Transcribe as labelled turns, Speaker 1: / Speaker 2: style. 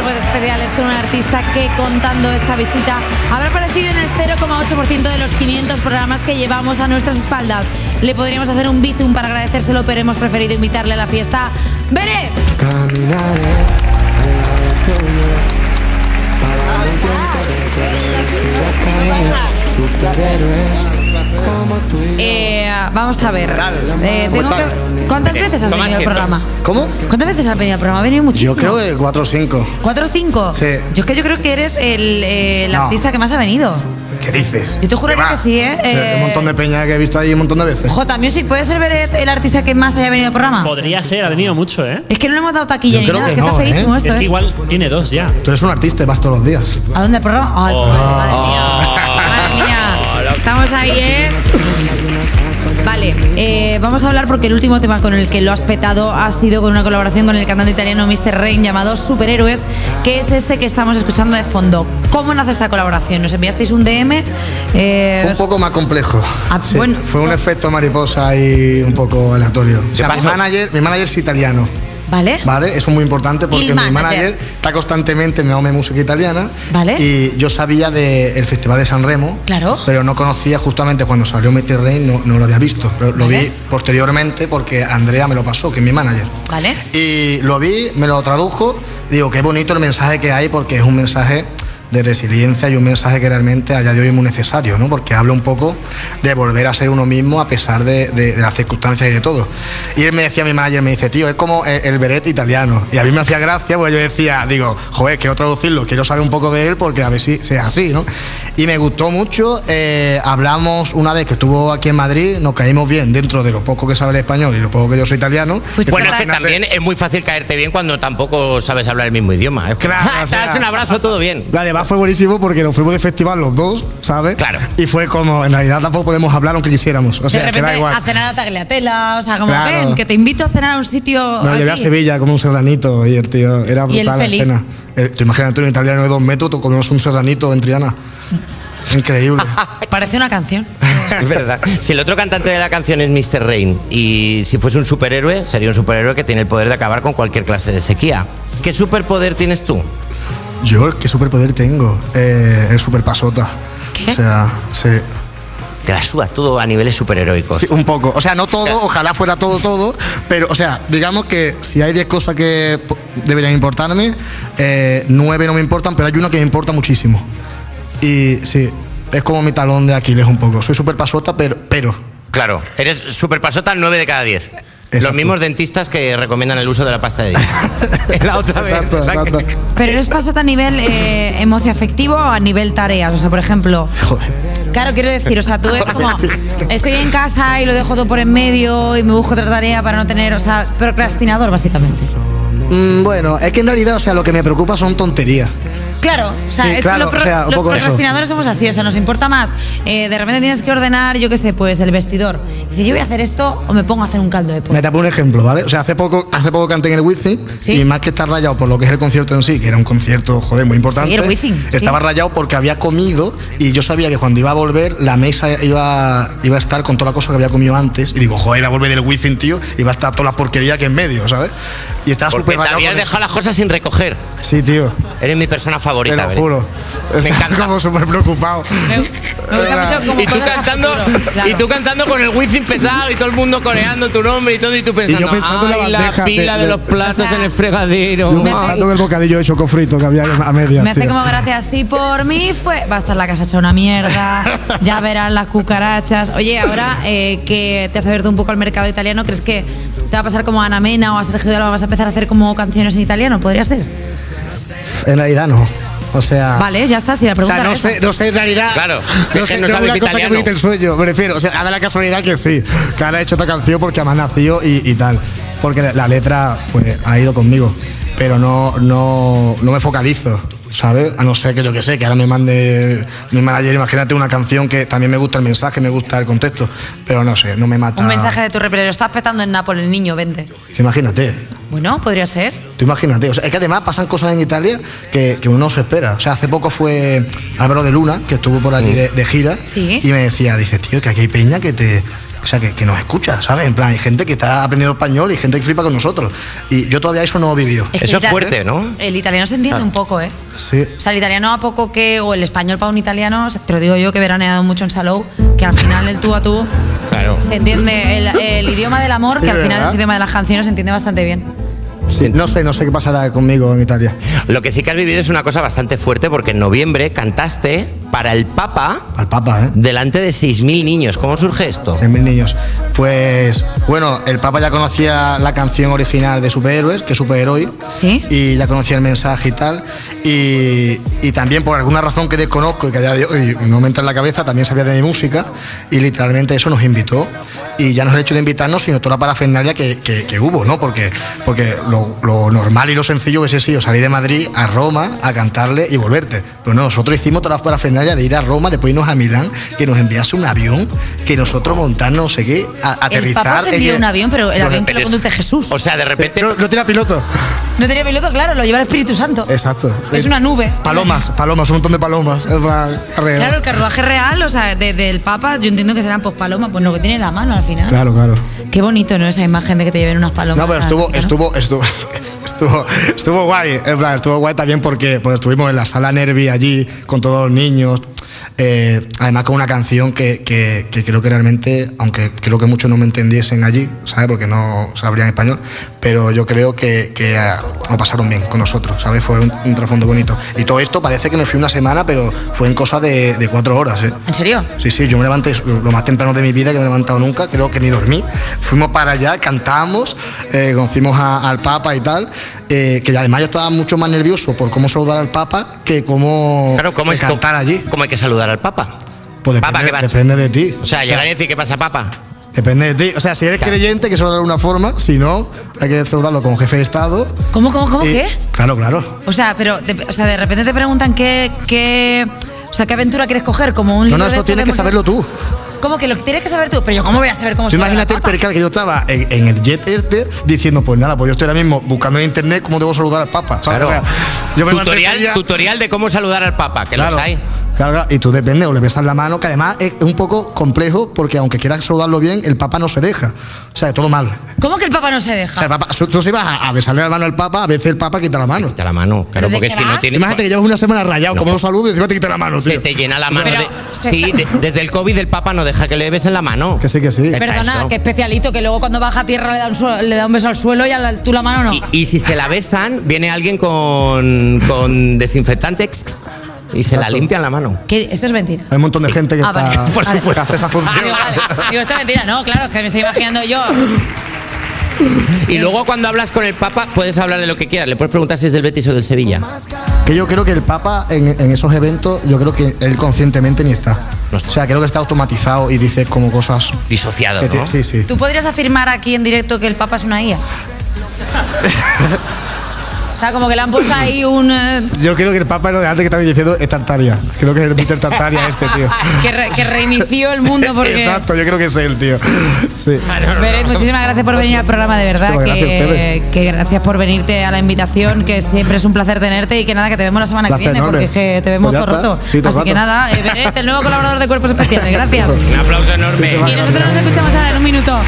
Speaker 1: súper especiales con un artista que contando esta visita habrá aparecido en el 0,8% de los 500 programas que llevamos a nuestras espaldas. Le podríamos hacer un bizum para agradecérselo, pero hemos preferido invitarle a la fiesta. ¡Veré! Eh, vamos a ver. Eh, tengo que- ¿Cuántas veces has
Speaker 2: Toma
Speaker 1: venido al
Speaker 2: asiento.
Speaker 1: programa?
Speaker 3: ¿Cómo?
Speaker 1: ¿Cuántas veces has venido al programa? Ha venido muchísimo.
Speaker 3: Yo creo que 4 o 5.
Speaker 1: ¿Cuatro o cinco?
Speaker 3: Sí.
Speaker 1: Yo es que yo creo que eres el, eh, el
Speaker 3: No.
Speaker 1: artista que más ha venido.
Speaker 3: ¿Qué dices?
Speaker 1: Yo te juro que
Speaker 3: va?
Speaker 1: sí, ¿eh? Eh,
Speaker 3: Un montón de peña que he visto ahí un montón de veces.
Speaker 1: J Music, ¿puede ser Beret el artista que más haya venido al programa?
Speaker 2: Podría ser, ha venido mucho, ¿eh?
Speaker 1: Es que no le hemos dado taquilla
Speaker 3: Yo
Speaker 1: ni
Speaker 3: creo
Speaker 1: nada,
Speaker 3: que
Speaker 1: es que está
Speaker 3: no, ¿eh?
Speaker 1: feísimo esto,
Speaker 2: Es que
Speaker 1: ¿eh?
Speaker 2: igual tiene dos ya.
Speaker 3: Tú eres un artista y vas todos los días.
Speaker 1: ¿A dónde el programa?
Speaker 3: Oh.
Speaker 1: Ay, madre mía. Madre mía. Estamos ahí, ¿eh? Vale, eh, vamos a hablar porque el último tema con el que lo has petado ha sido con una colaboración con el cantante italiano Mr. Rain llamado Superhéroes, que es este que estamos escuchando de fondo. ¿Cómo nace esta colaboración? ¿Nos enviasteis un DM? Eh,
Speaker 3: Fue un poco más complejo.
Speaker 1: Ah,
Speaker 3: Sí,
Speaker 1: bueno.
Speaker 3: fue un efecto mariposa y un poco aleatorio. O sea, mi
Speaker 2: pasó?
Speaker 3: manager, mi manager es italiano,
Speaker 1: ¿Vale?
Speaker 3: ¿vale? Eso es muy importante porque
Speaker 1: Il
Speaker 3: mi
Speaker 1: manager.
Speaker 3: manager está constantemente, me come música italiana.
Speaker 1: Vale.
Speaker 3: Y yo sabía del Festival de San Remo.
Speaker 1: Claro.
Speaker 3: Pero no conocía justamente cuando salió Mr. Rain, no, no lo había visto. Lo, lo
Speaker 1: Vale.
Speaker 3: vi posteriormente porque Andrea me lo pasó, que es mi manager.
Speaker 1: ¿Vale?
Speaker 3: Y lo vi, me lo tradujo, digo, qué bonito el mensaje que hay porque es un mensaje de resiliencia y un mensaje que realmente a día de hoy es muy necesario, ¿no? Porque habla un poco de volver a ser uno mismo a pesar de, de- de las circunstancias y de todo. Y él me decía, mi manager me dice, tío, es como el, el beret italiano. Y a mí me hacía gracia porque yo decía, digo, joder, quiero traducirlo, quiero saber un poco de él porque a ver si sea así, ¿no? Y me gustó mucho, eh, hablamos una vez que estuvo aquí en Madrid, nos caímos bien dentro de lo poco que sabe el español y lo poco que yo soy italiano.
Speaker 1: Fuiste a
Speaker 3: Entonces,
Speaker 4: Bueno, es que
Speaker 3: imagínate-
Speaker 4: también es muy fácil caerte bien cuando tampoco sabes hablar el mismo idioma. Es que,
Speaker 3: Claro,
Speaker 4: ¡Ja!
Speaker 3: o
Speaker 4: te
Speaker 3: sea-
Speaker 4: das un abrazo, todo bien.
Speaker 3: La de Bach fue buenísimo porque nos fuimos de festival los dos, ¿sabes?
Speaker 4: Claro.
Speaker 3: Y fue como, en realidad tampoco podemos hablar aunque quisiéramos. O sea,
Speaker 1: de
Speaker 3: que da
Speaker 1: repente
Speaker 3: igual.
Speaker 1: a cenar a Tagliatela, o sea, como
Speaker 3: Claro.
Speaker 1: ven, que te invito a cenar a un sitio.
Speaker 3: Me lo llevé a
Speaker 1: aquí.
Speaker 3: Sevilla como un serranito y el tío, era
Speaker 1: Y él
Speaker 3: brutal la
Speaker 1: feliz.
Speaker 3: escena. Eh, Te imaginas tú un italiano de dos metros, tú comemos un serranito en Triana. Increíble.
Speaker 1: Parece una canción.
Speaker 4: Es verdad. Si el otro cantante de la canción es Mr. Rain y si fuese un superhéroe, sería un superhéroe que tiene el poder de acabar con cualquier clase de sequía. ¿Qué superpoder tienes tú?
Speaker 3: Yo, ¿qué superpoder tengo? Eh, el superpasota.
Speaker 1: ¿Qué?
Speaker 3: O sea, sí.
Speaker 4: Te la sudas todo a niveles superheroicos.
Speaker 3: Sí, Un poco. O sea, no todo, ojalá fuera todo, todo. Pero, o sea, digamos que si hay 10 cosas que po- deberían importarme, 9 no me importan, pero hay una que me importa muchísimo. Y sí, es como mi talón de Aquiles un poco. Soy súper pasota, pero, pero.
Speaker 4: Claro, eres superpasota 9 de cada 10. Los
Speaker 3: Exacto.
Speaker 4: mismos dentistas que recomiendan el uso de la pasta de dientes. la otra vez.
Speaker 3: Exacto,
Speaker 4: o sea que-
Speaker 3: exacto.
Speaker 1: Pero eres pasota a nivel eh, afectivo o a nivel tareas. O sea, por ejemplo.
Speaker 3: Joder.
Speaker 1: Claro, quiero decir, o sea, tú es como. Estoy en casa y lo dejo todo por en medio y me busco otra tarea para no tener. O sea, procrastinador, básicamente.
Speaker 3: Mm, bueno, es que en realidad, o sea, lo que me preocupa son tonterías.
Speaker 1: Claro, o sea,
Speaker 3: Sí,
Speaker 1: es que
Speaker 3: claro,
Speaker 1: los, pro-
Speaker 3: o sea, un
Speaker 1: los
Speaker 3: poco eso.
Speaker 1: procrastinadores somos así, o sea, nos importa más. Eh, de repente tienes que ordenar, yo qué sé, pues el vestidor. Dice, yo voy a hacer esto o me pongo a hacer un caldo de pollo.
Speaker 3: Me te pongo un ejemplo, ¿vale? O sea, hace poco, hace poco canté en el Wizzing
Speaker 1: Sí.
Speaker 3: y más que estar rayado por lo que es el concierto en sí, que era un concierto, joder, muy importante.
Speaker 1: Sí, el Wizzing, sí.
Speaker 3: Estaba rayado porque había comido y yo sabía que cuando iba a volver la mesa iba, iba a estar con toda la cosa que había comido antes. Y digo, joder, iba a volver del Wizzing, tío, y va a estar toda la porquería que en medio, ¿sabes? Y estaba
Speaker 4: Porque
Speaker 3: súper
Speaker 4: te
Speaker 3: rayado.
Speaker 4: habías
Speaker 3: con eso.
Speaker 4: dejado las cosas sin recoger.
Speaker 3: Sí, tío.
Speaker 4: Eres mi persona
Speaker 3: Te
Speaker 4: favorita.
Speaker 3: lo
Speaker 4: Belén.
Speaker 3: juro.
Speaker 4: Me
Speaker 3: Estaba
Speaker 4: encanta.
Speaker 3: como súper preocupado.
Speaker 1: Me, me gusta
Speaker 3: Era-
Speaker 1: mucho como
Speaker 4: Y tú,
Speaker 1: cosas a
Speaker 4: cantando,
Speaker 1: futuro, claro.
Speaker 4: y tú cantando con el wifi petado y todo el mundo coreando tu nombre y todo, y tú pensando,
Speaker 3: pensando en la
Speaker 4: "Ay, la,
Speaker 3: bandeja de-
Speaker 4: pila de,
Speaker 3: de-
Speaker 4: los platos
Speaker 1: O sea,
Speaker 4: en el fregadero.
Speaker 3: Yo
Speaker 1: Me
Speaker 3: estaba
Speaker 1: hace-
Speaker 3: con el bocadillo de chocofrito que había a medias.
Speaker 1: Me hace
Speaker 3: tío.
Speaker 1: como gracia, si por mí fue. Va a estar la casa hecha una mierda, ya verán las cucarachas. Oye, ahora eh, que te has abierto un poco al mercado italiano, ¿crees que te va a pasar como a Ana Mena o a Sergio Dalma? ¿Vas a empezar a hacer como canciones en italiano? ¿Podría ser?
Speaker 3: En realidad no. O
Speaker 4: Ah.
Speaker 3: sea.
Speaker 1: Vale, ya está, si la
Speaker 3: O sea,
Speaker 1: pregunta
Speaker 3: no
Speaker 1: es esa.
Speaker 3: sé, no sé en realidad. no
Speaker 4: Claro, es que
Speaker 3: sé,
Speaker 4: no
Speaker 3: no es
Speaker 4: sabes
Speaker 3: una cosa que
Speaker 4: italiano.
Speaker 3: me quite el sueño, me refiero. O sea, a la casualidad que sí, que ahora he hecho esta canción porque además nació y, y tal. Porque la, la letra pues, ha ido conmigo, pero no, no, no me focalizo. ¿Sabes? A no ser que yo que sé, que ahora me mande mi manager, imagínate una canción que también me gusta el mensaje, me gusta el contexto, pero no sé, no me mata.
Speaker 4: Ah.
Speaker 1: Un mensaje de tu repelero. Estás petando en Nápoles, niño, vente.
Speaker 3: Imagínate,
Speaker 1: Bueno, podría ser.
Speaker 3: Tú imagínate, o sea, es que además pasan cosas en Italia que, que uno no se espera. O sea, hace poco fue Álvaro de Luna, que estuvo por allí de, de gira,
Speaker 1: Sí.
Speaker 3: y me decía, dice, tío, que aquí hay peña que te, o sea, que, que nos escucha, ¿sabes? En plan, hay gente que está aprendiendo español y gente que flipa con nosotros. Y yo todavía eso no lo vivió.
Speaker 1: que
Speaker 4: Eso es
Speaker 1: el ita-
Speaker 4: fuerte, ¿no?
Speaker 1: El italiano se entiende un poco, ¿eh?
Speaker 3: Sí.
Speaker 1: O sea, el italiano a poco que. O el español para un italiano, te lo digo yo que he veraneado mucho en Salou, que al final el tú a tú.
Speaker 4: Claro.
Speaker 1: Se entiende el, el idioma del amor,
Speaker 3: Sí,
Speaker 1: que al final
Speaker 3: ¿verdad?
Speaker 1: es el idioma de las canciones, se entiende bastante bien.
Speaker 3: Sí, No sé, no sé qué pasará conmigo en Italia.
Speaker 4: Lo que sí que has vivido es una cosa bastante fuerte porque en noviembre cantaste para el Papa
Speaker 3: Al Papa, ¿eh?
Speaker 4: delante de 6.000 niños. ¿Cómo surge esto?
Speaker 3: 100.000 niños. Pues bueno, el Papa ya conocía la canción original de Superhéroes, que es Superhéroe,
Speaker 1: Sí.
Speaker 3: y ya conocía el mensaje y tal. Y, y también por alguna razón que desconozco y que a día de hoy no me entra en la cabeza, también sabía de mi música y literalmente eso nos invitó. Y ya no es el hecho de invitarnos, sino toda la parafernalia que, que- que hubo, ¿no? Porque, porque lo, lo normal y lo sencillo hubiese sido salir de Madrid a Roma a cantarle y volverte. Pero no, nosotros hicimos toda la parafernalia de ir a Roma, después irnos a Milán, que nos enviase un avión, que nosotros montar no sé qué, a-
Speaker 1: El
Speaker 3: aterrizar. eh,
Speaker 1: Papa se envió
Speaker 3: en-
Speaker 1: un avión, pero el
Speaker 3: Los
Speaker 1: avión que lo
Speaker 4: Pero-
Speaker 1: conduce Jesús.
Speaker 4: O sea, de repente
Speaker 3: No, no tiene piloto.
Speaker 1: No tenía piloto, claro, lo lleva el Espíritu Santo.
Speaker 3: Exacto.
Speaker 1: Es una nube.
Speaker 3: Palomas, palomas, un montón de palomas. en plan, alrededor.
Speaker 1: Claro, el carruaje real, o sea, de- del Papa, yo entiendo que serán pues palomas, pues lo que tiene en la mano al final.
Speaker 3: Claro, claro.
Speaker 1: Qué bonito, ¿no? Esa imagen de que te lleven unas palomas.
Speaker 3: No, pero
Speaker 1: al
Speaker 3: estuvo,
Speaker 1: Vaticano.
Speaker 3: estuvo, estuvo, estuvo, estuvo guay. En plan, estuvo guay también porque, porque estuvimos en la sala Nervi allí con todos los niños. eh, además con una canción que, que- que creo que realmente, aunque creo que muchos no me entendiesen allí, ¿sabes? Porque no sabrían español, pero yo creo que, que ah, lo pasaron bien con nosotros, ¿sabes? Fue un, un trasfondo bonito. Y todo esto parece que me fui una semana, pero fue en cosa de, de cuatro horas, ¿eh?
Speaker 1: ¿En serio?
Speaker 3: Sí, sí, yo me levanté lo más temprano de mi vida que me he levantado nunca, creo que ni dormí. Fuimos para allá, cantamos, eh, conocimos a- al Papa y tal, eh, que además yo estaba mucho más nervioso por cómo saludar al Papa que cómo,
Speaker 4: Claro, ¿cómo
Speaker 3: que
Speaker 4: es co-
Speaker 3: cantar allí.
Speaker 4: ¿Cómo hay que saludar al Papa?
Speaker 3: Pues
Speaker 4: Papa,
Speaker 3: depende,
Speaker 4: ¿qué pasa?
Speaker 3: depende de ti.
Speaker 4: O sea, llegar y decir, ¿qué pasa, Papa?
Speaker 3: Depende de ti. O sea, si eres creyente, hay que saludarlo de una forma, si no, hay que saludarlo como jefe de Estado.
Speaker 1: ¿Cómo, cómo, cómo?
Speaker 3: Y-
Speaker 1: ¿Qué?
Speaker 3: Claro, claro.
Speaker 1: O sea, pero de, o sea, de repente te preguntan qué, qué. O sea, ¿qué aventura quieres coger? Como un
Speaker 3: No,
Speaker 1: libro
Speaker 3: no,
Speaker 1: de
Speaker 3: eso
Speaker 1: estos
Speaker 3: tienes
Speaker 1: de
Speaker 3: que saberlo tú.
Speaker 1: ¿Cómo que lo tienes que saber tú? Pero yo, ¿cómo voy a saber cómo
Speaker 3: Tú
Speaker 1: se llama
Speaker 3: imagínate
Speaker 1: la
Speaker 3: el
Speaker 1: papa?
Speaker 3: percal que yo estaba en, en el jet este diciendo, pues nada, pues yo estoy ahora mismo buscando en internet cómo debo saludar al Papa. ¿sabes?
Speaker 4: Claro.
Speaker 3: O sea, yo me levanté
Speaker 4: tutorial,
Speaker 3: ese día-
Speaker 4: tutorial de cómo saludar al Papa, que
Speaker 3: claro,
Speaker 4: los hay.
Speaker 3: Claro, claro, y tú depende, o le besas la mano, que además es un poco complejo porque aunque quieras saludarlo bien, el Papa no se deja. O sea, todo mal.
Speaker 1: ¿Cómo que el Papa no se
Speaker 3: O sea,
Speaker 1: deja?
Speaker 3: el Papa, tú tú si vas a, a besarle la mano al Papa, a veces el Papa quita la mano.
Speaker 4: Quita la mano, claro,
Speaker 1: ¿Pero de
Speaker 4: porque
Speaker 1: qué
Speaker 4: si no
Speaker 1: va?
Speaker 4: tienes.
Speaker 3: Imagínate que llevas una semana rayado,
Speaker 4: No,
Speaker 3: como
Speaker 4: po-
Speaker 3: lo saludo y encima te quita la mano,
Speaker 4: se
Speaker 3: tío.
Speaker 4: te llena la mano.
Speaker 1: Pero-
Speaker 4: de-
Speaker 1: se-
Speaker 4: sí, de- desde el COVID el Papa no deja que le besen la mano.
Speaker 3: Que sí, que sí.
Speaker 4: Ya está
Speaker 1: Perdona,
Speaker 4: eso.
Speaker 1: que especialito, que luego cuando baja a tierra le da un, su- le da un beso al suelo y a la- tú la mano no.
Speaker 4: Y, y si se la besan, viene alguien con, con desinfectante y se la limpian la mano.
Speaker 1: ¿Qué? Esto es mentira.
Speaker 3: Hay un montón de gente que
Speaker 1: Ah,
Speaker 3: está.
Speaker 1: vale.
Speaker 4: Por
Speaker 3: que
Speaker 4: supuesto.
Speaker 3: hace esa función.
Speaker 1: Ah, digo, vale. Digo, esto es mentira. No, claro, que me estoy imaginando yo.
Speaker 4: Y luego cuando hablas con el Papa, puedes hablar de lo que quieras. Le puedes preguntar si es del Betis o del Sevilla.
Speaker 3: Que yo creo que el Papa en, en esos eventos, yo creo que él conscientemente ni está.
Speaker 4: No está.
Speaker 3: O sea, creo que está automatizado y dice como cosas.
Speaker 4: Disociado,
Speaker 3: que te-
Speaker 4: ¿no?
Speaker 3: Sí, sí.
Speaker 1: ¿Tú podrías afirmar aquí en directo que el Papa es una IA? O sea, como que le han puesto ahí un... eh,
Speaker 3: Yo creo que el Papa era de antes que estaba diciendo es Tartaria. Creo que es el Peter Tartaria este, tío.
Speaker 1: que, re- que reinició el mundo porque...
Speaker 3: Exacto, yo creo que es él, tío. Sí.
Speaker 1: Beret, muchísimas gracias por venir al programa, de verdad.
Speaker 3: Muchísimas gracias a
Speaker 1: que,
Speaker 3: ustedes.
Speaker 1: que gracias por venirte a la invitación, que siempre es un placer tenerte y que nada, que te vemos la semana
Speaker 3: Placer
Speaker 1: que viene, porque
Speaker 3: enorme.
Speaker 1: es que te vemos
Speaker 3: Pues ya
Speaker 1: todo
Speaker 3: está.
Speaker 1: roto.
Speaker 3: Sí, todo
Speaker 1: Así que
Speaker 3: el rato.
Speaker 1: nada, eh, Beret, el nuevo colaborador de Cuerpos Especiales, gracias.
Speaker 4: Un aplauso enorme.
Speaker 1: Y nosotros nos escuchamos ahora en un minuto.